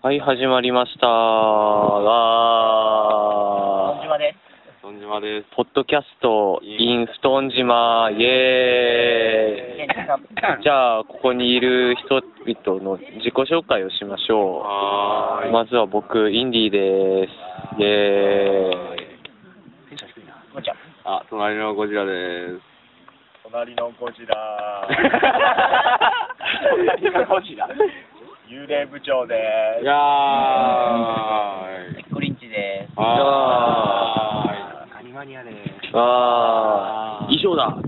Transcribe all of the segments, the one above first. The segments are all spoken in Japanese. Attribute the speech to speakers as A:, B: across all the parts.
A: はい、始まりました
B: 本
A: が、
B: 島です。
C: とんじまです。
A: ポッドキャスト in 布団島、イエ
B: 元気さん
A: ーイ。じゃあ、ここにいる人々の自己紹介をしましょ
C: はー
A: う。
C: い。
A: まずは僕、インディーです。イエ
B: こんにちは
C: あ、隣のゴジラです。
D: 隣のゴジラ
C: 隣のゴジラ
D: 幽霊部長で
C: いやーい。
B: コリンチです。
C: はー
A: ーイ。
C: い。
A: あー、以上だ。
B: 燃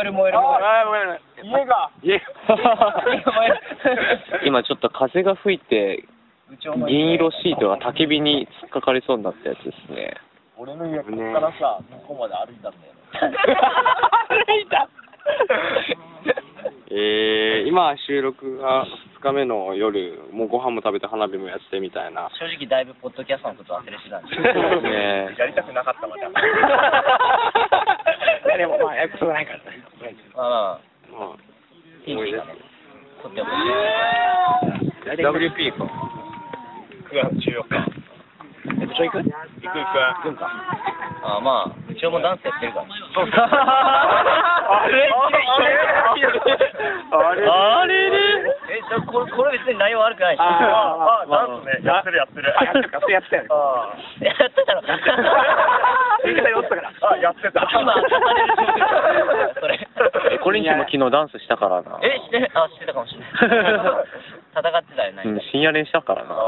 B: える燃える
D: す家が
A: 今ちょっと風が吹いて、
B: 部長の
A: 銀色シートが焚き火に突っかかりそうになったやつですね。
D: 俺の家ここからさ、向こうまで歩いたんだよね
B: 歩いた。
C: えー、今収録が2日目の夜、もうご飯も食べて花火もやってみたいな。
B: 正直だいぶポッドキャストのこと忘れてたんですけど。
A: そうですね。
D: やりたくなかったま だ
C: でもまあ、約束ないから。
B: まあまあ
C: まあ、
B: 天気がね、とってもいい。
C: WP か。
D: 9月14日部長行く行く行く行くか
B: ああまあ部長もダンスやってるか
D: あ
B: ら。
D: れあれ
C: あれ
A: あれれ
B: えじゃあこれこれ別に内容悪くないし。
D: ああ、ダンスね、やってるやってる
E: あやってたやってたよね
D: あ
B: やってたの。
E: 言ってたよってたから
D: あ、やってた
B: 今明かされる状況それ。
A: えこれにしても昨日ダンスしたからな。
B: えしてあしてたかもしれない。戦ってたよね。
A: うん
B: 何か、
A: 深夜練したから
D: あ
A: な。
D: あ、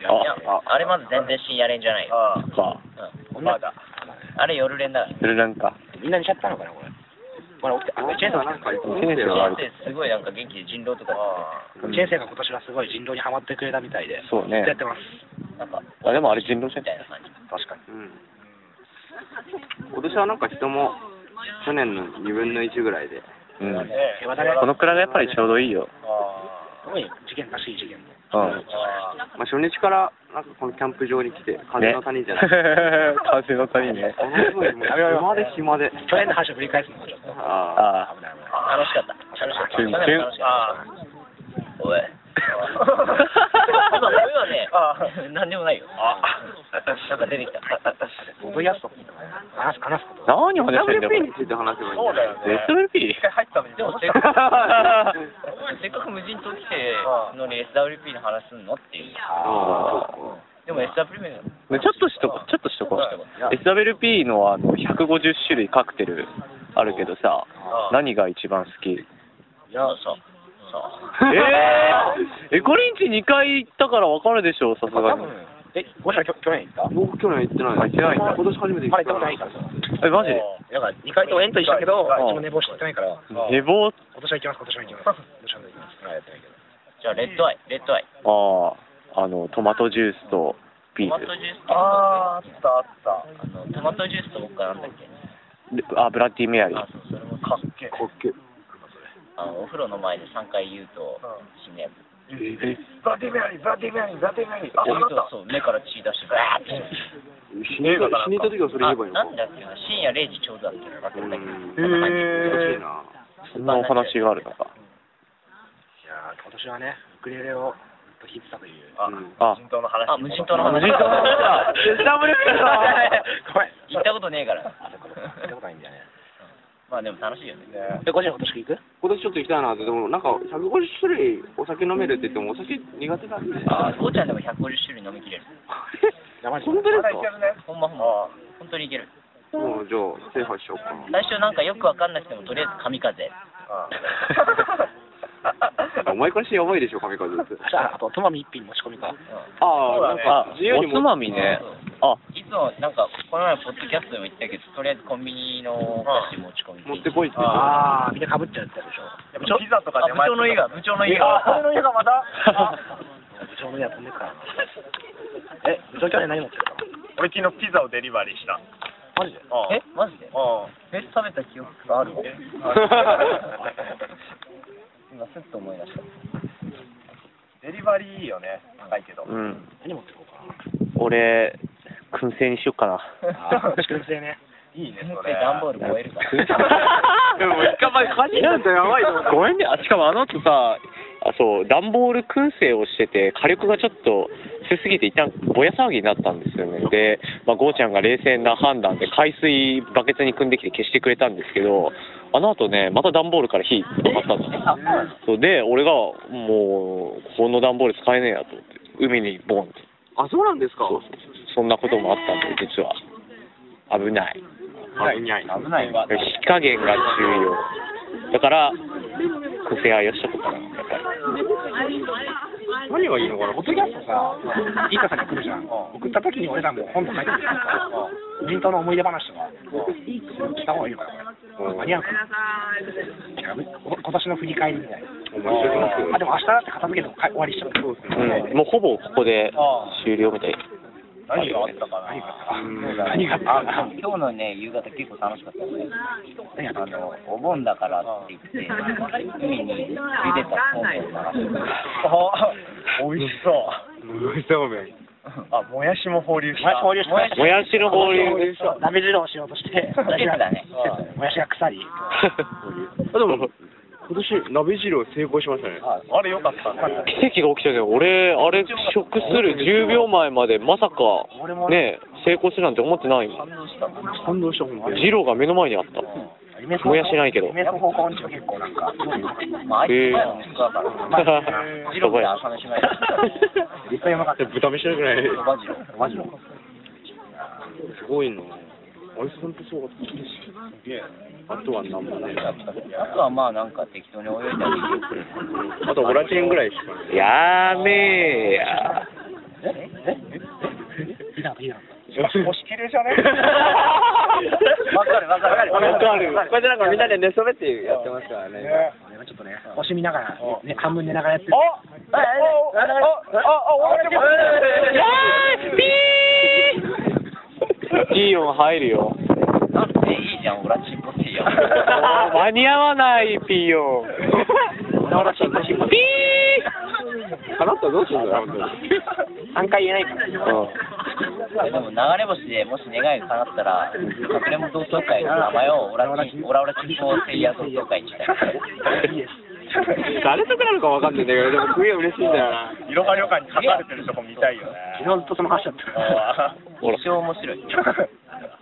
B: いや
A: あ、
B: あれまず全然深夜練じゃないよ。
D: あ
A: あ、か。
B: う
D: まだ
B: ん、あれ夜練だから。
A: それなんか、
E: みんな寝ちゃったのかなこれまだ起きてあ1年生
A: 先生が
C: なんか、1年生は
A: 悪
B: 先生すごいなんか元気で人狼とか
E: 1年生が今年はすごい人狼にハマってくれたみたいで
A: そうね
E: やってます
B: なんか
A: あ、でもあれ人狼じゃ
B: み
A: ん。
B: たいな感じ。
E: 確かに
C: うん今年はなんか人も去年の2分の1ぐらいで、
A: うん。
D: ね
E: またね
A: このくらいがやっぱりちょうどいいよ。
D: あ
E: すごい事件らしい事件で
A: うん。
C: まあ、初日からなんかこのキャンプ場に来て、風の谷じゃない、
A: ね 風の谷 ね。
C: ものすごいもう暇で暇で、
E: 去年の話を振り返すのがちょっと
C: あ
A: あ
E: 危ない危ない
B: 楽しかった。楽しかった。
A: 全然
B: 楽しかった。 おい。今俺はね、なんでもないよ。なんか出てきた。
E: 覚えやすさっていうのがね話す話すこと
A: あ、何話してんだよ、こ
C: WP
A: れ
C: に。ついて話せばいい
D: そ
C: ん
D: う
C: じ
D: だ
C: ゃ
D: よね
C: ない
A: SWP?
D: 一回入ったのに
B: でもせっ か くせっかく無人島来てのに SWP の話すんのっていう。
C: ああ
B: でも SWP の
A: ねちょっとしとこう、ちょっとしとこ
B: ちょっとし
A: う。SWP のあの、150種類カクテルあるけどさ、何が一番好 き
B: いやささ
A: えー、え、コリンチ2回行ったから分かるでしょ、さすが
E: 多
A: に。
E: 分えゴジラ去去年行った
C: 僕去年行ってない
A: あ行ってないんだ
C: 今年初めて行
E: ま
C: っ
E: だ行った
C: た
E: ことないからさ
A: え、マジで
E: なんか2回ともエントリーしたけど
A: うん
E: 一も寝坊してないから今
A: 寝坊
E: 年は行きます今年は行きます今年は行きますまだやってないけど
B: じゃあレッドアイレッドアイ。
A: ああ、あの、トマトジュースとビ
B: ト
A: ー
B: マ
A: ル
B: ト。ジュースと
D: あーあったあった
B: あのトマトジュースと僕はなんだっけ。
A: であ、ブラッディメアリー
B: あ。そうそれも
D: かっけえ
C: かっけえ
B: あのお風呂の前で3回言うと死ぬやつ。
D: ザディメアリーザディメアリーザディメアリーあ、
B: 言
D: そうう
B: と
D: だった
B: そう目から血出してバーって。
C: 死にた死にた時はそれ言えばいいの
B: あ
C: か
B: なんだっけな深夜0時ちょうどだったよな。
C: う
B: 忘れたけどそん
C: ん
B: な感じ
C: 難しいな
A: そんなお話があるのか。
E: いやー今年はねウクレレをずっと弾いてたという
D: あ
C: うん
A: あ
D: 無人島の話
B: あ、無人島の話。
A: 無人島の話だ
E: SWP だごめん
B: 行ったことねえ から。
E: あそこ行ったことないんだよね
B: まあでも楽しいよね。
D: ね
E: えゴジラ今年行く
C: 今年ちょっと行きたいなってでもなんか150種類お酒飲めるって言ってもお酒苦手なんで
B: あ、こうちゃんでも150種類飲みきれる。
E: やばい
C: 本当です
D: まだいけるね
B: ほんまほんま。本当にいける。
C: かもうじゃあ制覇しようか
B: 最初なんかよくわかんなくてもとりあえず神風。
D: あ
C: なお前からしてやばいでしょ神風って
E: じゃああとおつまみ一品持ち込みか
C: ああ、なん
A: あ
C: か自由、
A: お
C: に
A: つまみね。あ、
B: いつもなんかこの前ポッドキャストでも言ったけど、とりあえずコンビニのお菓子持ち込み。
C: 持ってこいって。
E: ああみんなかぶっちゃうってやつでしょ
D: やっぱピザとか
B: あ、
D: 出
B: 部
D: 前
B: 長の家が、部長の家
D: あ、
B: が。
D: 俺の家がま たあ
E: 部長の家は飛んでくからなえ部長去年何持ってたの
D: 俺昨日ピザをデリバリーした
E: マジで
D: うん
B: え、マジで
D: うん
B: え、食べた記憶があるわ。
D: デ
B: 今すっと思い出した。
D: リバリーいいよね、高いけど。
A: うん。
E: 何持ってこうかな
A: 俺、燻製にしよっかな。
E: あー私燻製ね
D: いいね、
B: もう
D: そ
B: 一回
D: れ。
B: 段 ボール燃えるから。
D: でも、一回前火事なんてやばいと思った。
A: ごめんね、あしかもあの後さ、あそう、段ボール燻製をしてて、火力がちょっと強すぎて、一旦ぼや騒ぎになったんですよね。で、まあ、ゴーちゃんが冷静な判断で、海水バケツに汲んできて消してくれたんですけど、あの後ね、また段ボールから火上がったんです よ。そうで、俺が、もう、この段ボール使えねえやと思って、海にボンと。
C: あ、そうなんですか
A: そんなこともあったんで、実は。危ない。
C: 危ない。
B: 危ないわ。
A: 火加減が重要。だから、燻製はよしとこうかな、やっぱり。
C: 何がいいのかな
E: ポッドキャストさ、イカさんが来るじゃん。送った時に俺らも本部書いてるから。人島の思い出話とか、聞いた方がいいのかな、これ。間に合うかな。今年の振り返りみたいな。
C: 面白い
E: あ、でも明日だって片付けてもか終わりしちゃう。そうです
A: うん、もうほぼここで終了みたい。
D: 何があったかな。
E: 何があった
B: あ今日のね、夕方結構楽しかったね。あの、お盆だからって言って、海に茹でたポンポン鳴らして
D: あ美味しそう。
C: そうめん。
D: あ、もやしも放流した。
E: 放流した
D: もや
A: もやしの放流。
D: した。
E: 鍋汁をしようとして、
B: た。出てたね。
E: もやしが腐り。
C: あ、でも、今年鍋汁を成功しましたね。
D: あれよかったね。
A: 奇跡が起きたけど、俺、あれ、食する10秒前までまさか、ね、成功するなんて思ってないもん。
C: 感動した、本当に。
A: ジローが目の前にあった。もやしないけど。
E: 夢の方向音痴は結構な んか、
B: まあ、あいつ前の肉だから、まあ、ジローで朝飯前だから。
E: 絶対うまかった。
C: 豚飯のぐらい。
B: おばじろ。
E: マジの。
C: すごいな。あれ、ほんとそうだった。あとは何もない。
B: あとはまあ、なんか適当に泳いだり。
C: あと、オラチェンぐらいしか ない。
A: やーめーや。
E: いいな、いいな。
D: しきれじゃ ね
B: わかるわかる
D: わかる。
C: こうやってなんかみんなで寝そべってやってますからね。
E: 俺はちょっとね、惜しみながら、ね、半分寝ながらやってる
D: あ。あ、あ、あ、俺
A: やーピーいい音入るよ。
B: なんでいいじゃん、俺はチンポっていいやん。
A: 間に合わない、ピーよ。
E: 俺は心配心配。
A: ピ
C: あなたどうするんだろう、本当に。
E: 3回言えないから。
A: ー
B: でも流れ星でもし願いが叶ったら、隠れも同窓会の名前をオラチン、オラオラチンポセイヤ同窓会にしたい。
E: いいです。
C: 誰得なのかわかんないんだけど、でもすげえ嬉しいんだよな。
D: いろは旅館に書かれてるとこ見たいよね。
E: 昨日ずっとその話だった。
D: あ
A: ほら
B: 一生面白 い。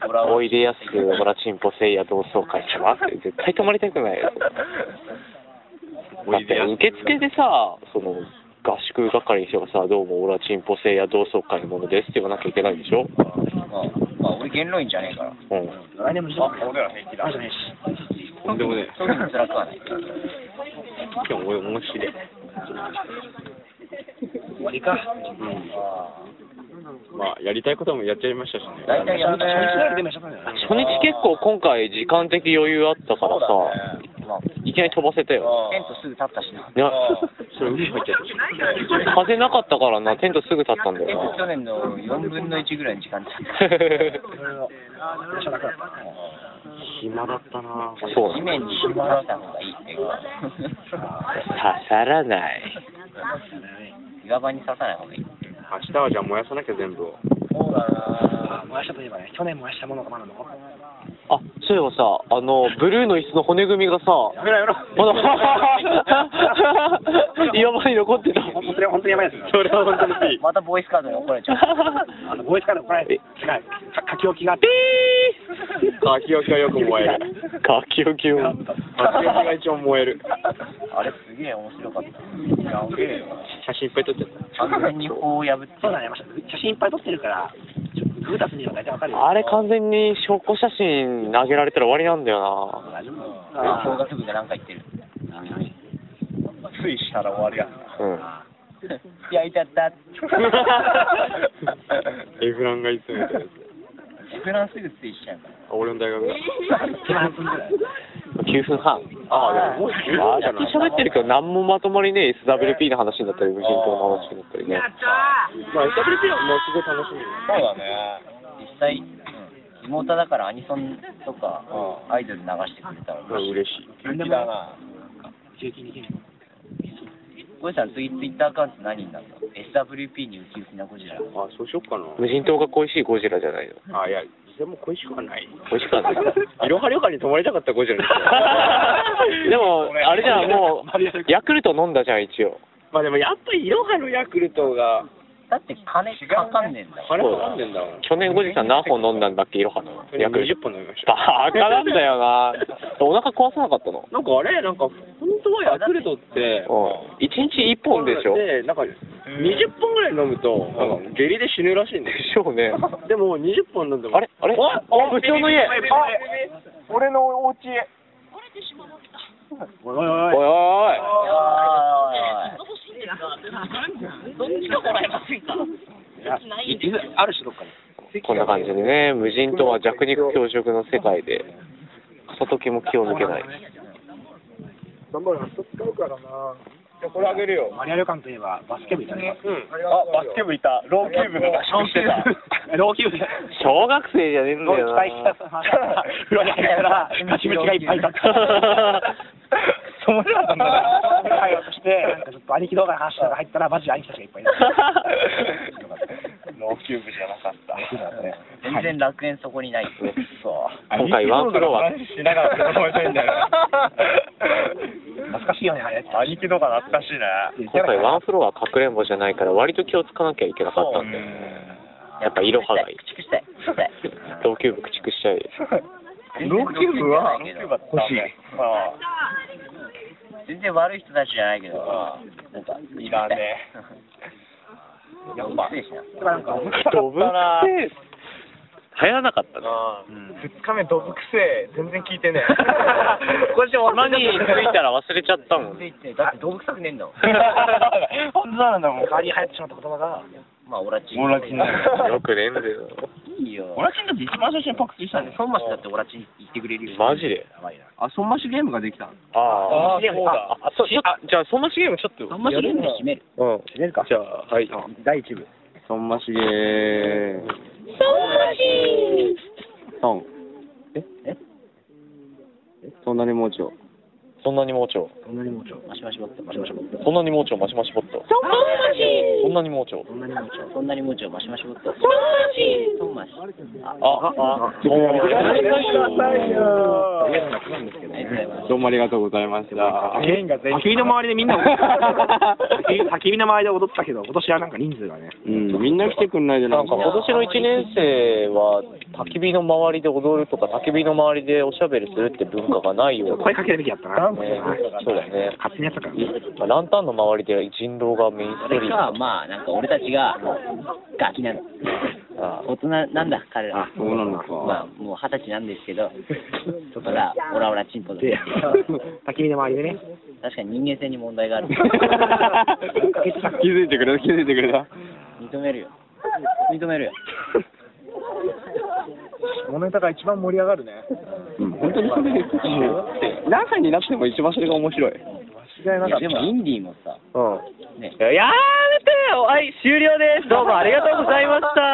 B: オラオ
A: お
B: ラ
A: いでやす、ほら、チンポせいや同窓会様って、絶対泊まりたくないよ。だって受付でさ、その合宿係の人がさ、どうも俺はチンポ制や同窓会のものですって言わなきゃいけないでしょ。
B: まあ、まあ、俺元老院じゃねえから。
A: うん。
E: 来年も実は、
D: あ、俺ら平気だ
E: マ。ジないし。
C: とんでもねえ。
B: そういうの辛くはない。
C: 今日も面白い。
E: 終わりか。
C: まあ、やりたいこともやっちゃいましたしね。
B: 大体や
E: 初
B: る
E: 日
B: ね。
E: でも一緒なんだよな。
A: 初日結構今回時間的余裕あったからさ、
B: まあ、テ
A: いきなり飛ばせたよ。
B: ントすぐ立ったしな。
A: いや、
C: それ海入っちゃった
A: 風なかったからな、テントすぐ立ったんだ
B: テン
A: よ
B: ト
A: な。
B: 去 年の4分の1ぐらいの時間に立った。
E: 一緒だから。
C: 暇だったなぁ。
A: そうな
B: 地
A: んだ。
B: 面に引まれた方がいいっていうか。
A: 刺さらない。
B: 岩場に刺さない方がいい。
C: 明日はじゃあ燃やさなきゃ全部を。
E: そうだなぁ。燃やしたといえばね、去年燃やしたものがまだ残ってる。
A: あ、そういえばさ、あの、ブルーの椅子の骨組みがさ、
E: やめろやめろ。
A: ま だ、岩場に残ってた。
E: 本当に本当にやばいやつだ。
C: それは本当にいい。
B: またボーイスカードに怒られちゃう。
E: あの、ボーイスカード怒られて、違う、か書き置きがあって
A: ピ、
C: 書き置きはよく燃える。
A: ーかきおきを。
C: 書き置きが一番燃える。
B: あれすげえ面白かった。
C: 写真いっぱい撮っちゃった。
B: 完全に法を破って。
E: そうだね、まあ写真いっぱい撮ってるから、ちょグータスには大体わかるよ。
A: あれ完全に証拠写真投げられたら終わりなんだよ
E: 大丈夫
B: あ
E: あ
B: 法学部がなんか言ってる。
D: ついしたら終わりや。
A: な。うん。
B: 焼いちゃった。
C: エフランがいつもやってるや
B: フランスすぐついしちゃうから。
C: つ。あ俺の大学だ。
E: 一番分ぐらい。
A: 9分半。
C: ああ、でももう十
A: ああ、
C: 分じゃない。
A: 喋ってるけど、何もまとまりねえ SWP の話になったり、無人島の話になったりね。
C: まあ、SWP はもうすごい楽しみ。
D: そうだね。
B: 実際、うん、妹だからアニソンとか、アイドル流してくれたら
C: まあ、嬉しい。
D: 元気だな。
E: 急激に。
B: ゴジさん、次、ツイッターアカウント何になるの ?SWP にウキウキなゴジラ。
C: あ、そうしよっか
A: 無人島が恋しいゴジラじゃない の。
C: な。あ、いや、実際もう恋しくはない。
A: 恋しくはない。
C: いろは旅館に泊まりたかったゴジラです
A: でも、あれじゃん、もう、ヤクルト飲んだじゃん、一応。
C: まあでもやっぱりいろはのヤクルトが、
B: だって金かかんねえんだもん。
C: 金かかんでんだもん。
A: 去年ゴジさん何本飲んだんだっけ、いろはの。ヤクルト。
C: 20本飲みました。
A: バカなんだよな。お腹壊さなかったの
C: なんかあれ、なんか、本当はヤクルトって、
A: うん。一日一本でしょ。で
C: で、なんか、20本ぐらい飲むと、なんか下痢で死ぬらしいんです
A: しょうね。
C: でも、20本飲んでも、
A: あれあれ部長の家。
E: 俺のお家へ。
A: おいおい。
B: おいおいおい。どっちかもらえませんか
C: いいつある種どっかに。
A: こんな感じでね、無人島は弱肉強食の世界で、片時も気を抜けない。
D: 頑張れ、明日使うからな。いや、これあげるよ。
E: マリア旅館といえばバスケ部いたね。
D: うん。あ、バスケ部いた。ローキューブの合宿してた。
E: 老朽部。
A: 小学生じゃねえん
E: 老
A: だ
E: 朽
A: よ
E: 化
A: な。
E: した風呂に入ったら、ガチムチがいっぱいいたって。
D: そんな
E: なんだろう会話として、なんかちょっと兄貴動画の話とか入ったら、マジで兄貴たちがいっぱいいた。よかった
D: ローキューブじゃなかった。
B: 全然楽園そこにない。
A: 今回ワンフロア
D: 兄貴動画の話しながら車止めてんだよ。
E: 懐かしいよね、あれ。
D: 兄貴とか懐かしいね。
A: 今回ワンフロアかくれんぼじゃないから、割と気をつかなきゃいけなかったんで、やっぱいろはがいい。
B: 駆逐したい。駆逐したい。
A: 同級部駆逐しちゃえ。
D: ローキューブは、
B: ロ
D: ロー
B: ーキ
D: キ
B: ュ
D: ュ
B: ー
D: ー
B: ブ
D: ブ
B: は
D: は
B: 欲しい
D: あ
B: 全然悪い人たちじゃないけど、なんか、
D: あ、いらねえ。
B: やっぱ、失礼しな。
E: だからなんか、
A: ドブって、流行らなかったね。
D: うん。2日目ドブくせえ。全然聞いてねえ。
A: これじゃ何についたら忘れちゃったもん。
B: ついて、だって動物臭くねえんだもん。
D: 本当なんだもん。
E: 代わりに流行ってしまった言葉が、
B: まあ、オラチン。
D: オラチンだよ
A: よくねえんだよ。
B: いいよ。
D: 俺はちんと一番最初にパクチーしたんだよ。
B: 孫橋だってオラチン行ってくれるよ。
A: マジで
B: やばいな。
C: あ、そんましゲームができた
A: ああ。
D: あ、そうだ。
A: あ、そう、ちょじゃあ、そんなゲームちょっと。
B: 孫橋ゲームで締める。
A: うん。
C: 死ねるか。
A: じゃあ、はい。
C: 第一部。そんましゲー。そんましえええそんなにもうちょ。
A: そんなに盲腸。
E: そんなにもうちょ、
B: マシマシボット、マシマシボット。
A: そんなに盲腸、マシマシボット。そんなに盲腸。
B: そんなにもちょ、そんなにもちょ、マシマシボット。そんまし。そんまし。あ、
A: あ、あ、そう。
B: ありがとうございます。
C: どうもありがとうございました。
E: ゲイが焚き火の周りでみん な踊った。焚き火の周りで踊ったけど、今年はなんか人数がね。
C: うん、みんな来てくんないで
A: な
C: なんん
A: か
C: か。
A: 今年の1年生は焚き火の周りで踊るとか焚き火の周りでおしゃべりするって文化がないよう
E: 声
A: だ
E: かけるべきだったな。
A: ね。そうだね。
E: 勝手にやったから。
A: まあランタンの周りで人狼がメインス
B: そ
A: ト
B: れ
A: リー
B: か、まあ、なんか俺たちが、ガキなの。
A: ム。あ
B: 大人なんだ、彼ら
C: あ、。そうなんだか。
B: まあ、もう二十歳なんですけど、だから、オラオラチンポだ。
E: で、焚き火の周りでね。
B: 確かに人間性に問題が ある。
C: 気づいてくれた、気づいてくれた。
B: 認めるよ。認めるよ。
D: 物ネタが一番盛り上がるね。
C: うん、本当にそれです。何歳になっても一番それが面白い。
D: 間違い
B: い
D: なか
B: や、
D: った
B: で。もインディーもさ、
A: あうん。
B: ね、
A: やめてはい、終了です。どうもありがとうございました。